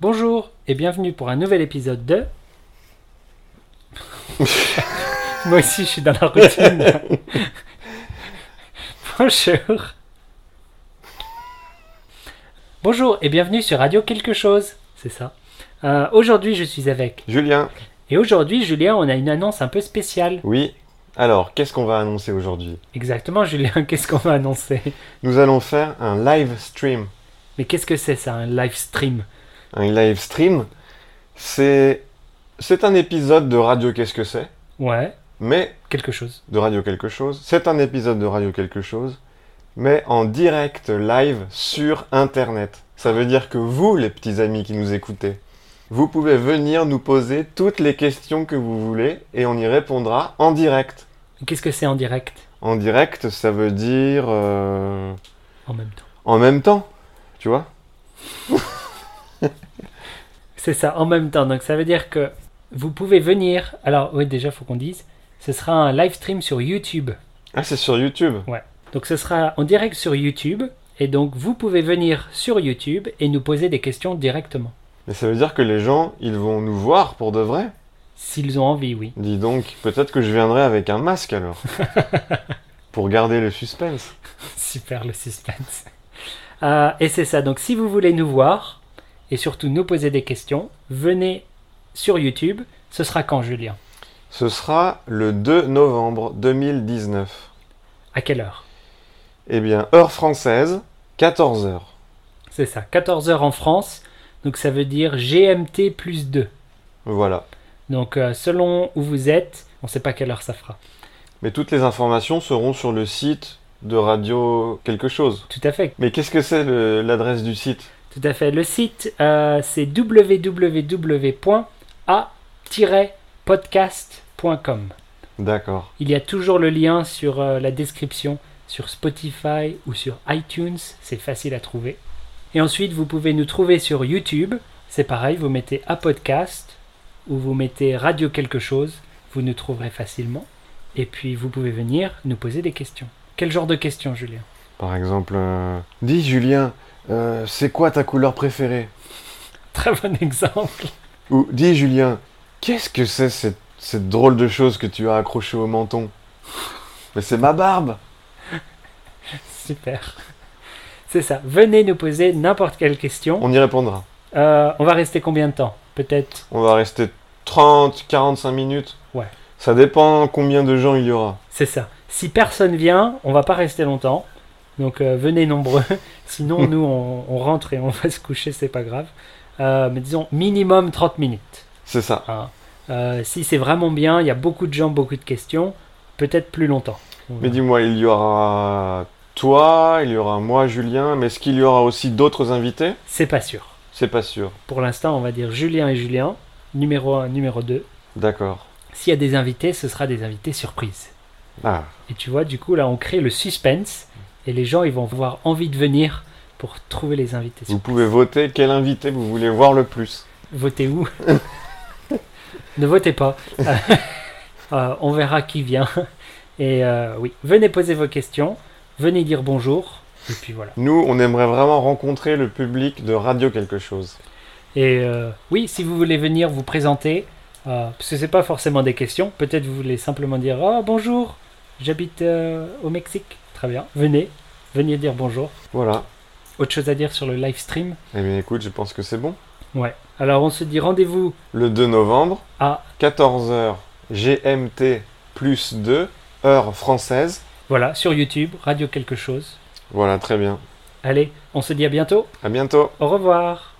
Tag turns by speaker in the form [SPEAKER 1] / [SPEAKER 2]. [SPEAKER 1] Bonjour et bienvenue pour un nouvel épisode de. Moi aussi, je suis dans la routine. Bonjour. Bonjour et bienvenue sur Radio Quelque chose. C'est ça. Euh, aujourd'hui, je suis avec.
[SPEAKER 2] Julien,
[SPEAKER 1] Et aujourd'hui, Julien, on a une annonce un peu spéciale.
[SPEAKER 2] oui. Alors, qu'est-ce qu'on va annoncer aujourd'hui
[SPEAKER 1] Exactement, Julien, qu'est-ce qu'on va annoncer
[SPEAKER 2] Nous allons faire un live stream.
[SPEAKER 1] Mais qu'est-ce que c'est ça, un live stream
[SPEAKER 2] Un live stream, c'est c'est un épisode de Radio Qu'est-ce que c'est
[SPEAKER 1] Ouais,
[SPEAKER 2] Mais
[SPEAKER 1] quelque chose.
[SPEAKER 2] de Radio quelque chose. C'est un épisode de Radio quelque chose, mais en direct live sur Internet. Ça veut dire que vous, les petits amis qui nous écoutez, vous pouvez venir nous poser toutes les questions que vous voulez et on y répondra en direct.
[SPEAKER 1] Qu'est-ce que c'est en direct
[SPEAKER 2] En direct, ça veut dire euh,
[SPEAKER 1] en même temps
[SPEAKER 2] en même temps, tu vois
[SPEAKER 1] C'est ça, en même temps. Donc ça veut dire que vous pouvez venir. Alors, oui, déjà, faut qu'on dise. Ce sera un live stream sur YouTube.
[SPEAKER 2] Ah, c'est sur YouTube.
[SPEAKER 1] Donc ce sera en direct sur YouTube. Et donc vous pouvez venir sur YouTube et nous poser des questions directement.
[SPEAKER 2] Mais ça veut dire que les gens, ils vont nous voir pour de vrai
[SPEAKER 1] S'ils ont envie, oui.
[SPEAKER 2] Dis donc, peut-être que je viendrai avec un masque alors. pour garder le suspense.
[SPEAKER 1] Super le suspense. Euh, et c'est ça. Donc si vous voulez nous voir et surtout nous poser des questions, venez sur YouTube. Ce sera quand, Julien
[SPEAKER 2] Ce sera le 2 novembre 2019.
[SPEAKER 1] À quelle heure
[SPEAKER 2] Eh bien, heure française, 14h.
[SPEAKER 1] C'est ça. 14h en France. Donc ça veut dire GMT plus 2.
[SPEAKER 2] Voilà.
[SPEAKER 1] Donc euh, selon où vous êtes, on ne sait pas quelle heure ça fera.
[SPEAKER 2] Mais toutes les informations seront sur le site de Radio quelque chose.
[SPEAKER 1] Tout à fait.
[SPEAKER 2] Mais qu'est-ce que c'est le- l'adresse du site
[SPEAKER 1] Tout à fait. Le site, euh, c'est www.a-podcast.com.
[SPEAKER 2] D'accord.
[SPEAKER 1] Il y a toujours le lien sur euh, la description, sur Spotify ou sur iTunes. C'est facile à trouver. Et ensuite, vous pouvez nous trouver sur YouTube. C'est pareil, vous mettez A Podcast ou vous mettez Radio quelque chose. Vous nous trouverez facilement. Et puis, vous pouvez venir nous poser des questions. Quel genre de questions, Julien
[SPEAKER 2] Par exemple, euh, dis Julien, euh, c'est quoi ta couleur préférée
[SPEAKER 1] Très bon exemple.
[SPEAKER 2] Ou dis Julien, qu'est-ce que c'est cette, cette drôle de chose que tu as accrochée au menton Mais c'est ma barbe
[SPEAKER 1] Super. C'est ça. Venez nous poser n'importe quelle question.
[SPEAKER 2] On y répondra.
[SPEAKER 1] Euh, on va rester combien de temps Peut-être.
[SPEAKER 2] On va rester 30, 45 minutes.
[SPEAKER 1] Ouais.
[SPEAKER 2] Ça dépend combien de gens il y aura.
[SPEAKER 1] C'est ça. Si personne vient, on va pas rester longtemps. Donc euh, venez nombreux. Sinon, nous, on, on rentre et on va se coucher, c'est pas grave. Euh, mais disons minimum 30 minutes.
[SPEAKER 2] C'est ça.
[SPEAKER 1] hein. Euh, si c'est vraiment bien, il y a beaucoup de gens, beaucoup de questions, peut-être plus longtemps.
[SPEAKER 2] Mais dis-moi, il y aura toi, il y aura moi, Julien, mais est-ce qu'il y aura aussi d'autres invités
[SPEAKER 1] C'est pas sûr.
[SPEAKER 2] C'est pas sûr.
[SPEAKER 1] Pour l'instant, on va dire Julien et Julien, numéro 1, numéro 2.
[SPEAKER 2] D'accord.
[SPEAKER 1] S'il y a des invités, ce sera des invités surprises.
[SPEAKER 2] Ah,
[SPEAKER 1] Et tu vois, du coup, là, on crée le suspense et les gens, ils vont avoir envie de venir pour trouver les invités.
[SPEAKER 2] vous pouvez voter quel invité vous voulez voir le plus.
[SPEAKER 1] Votez où Ne votez pas. Euh, on verra qui vient. Et euh, oui, venez poser vos questions, venez dire bonjour. Et puis voilà.
[SPEAKER 2] Nous, on aimerait vraiment rencontrer le public de Radio quelque chose.
[SPEAKER 1] Et euh, oui, si vous voulez venir vous présenter, euh, parce que c'est pas forcément des questions, peut-être vous voulez simplement dire Ah, bonjour, j'habite euh, au Mexique. Très bien, venez, venez dire bonjour.
[SPEAKER 2] Voilà.
[SPEAKER 1] Autre chose à dire sur le live stream
[SPEAKER 2] Eh bien écoute, je pense que c'est bon.
[SPEAKER 1] Ouais. Alors on se dit rendez-vous
[SPEAKER 2] Le 2 novembre,
[SPEAKER 1] à
[SPEAKER 2] 14h GMT plus 2, heure française.
[SPEAKER 1] voilà sur YouTube, Radio quelque chose.
[SPEAKER 2] Voilà, très bien.
[SPEAKER 1] Allez, on se dit à bientôt.
[SPEAKER 2] À bientôt.
[SPEAKER 1] Au revoir.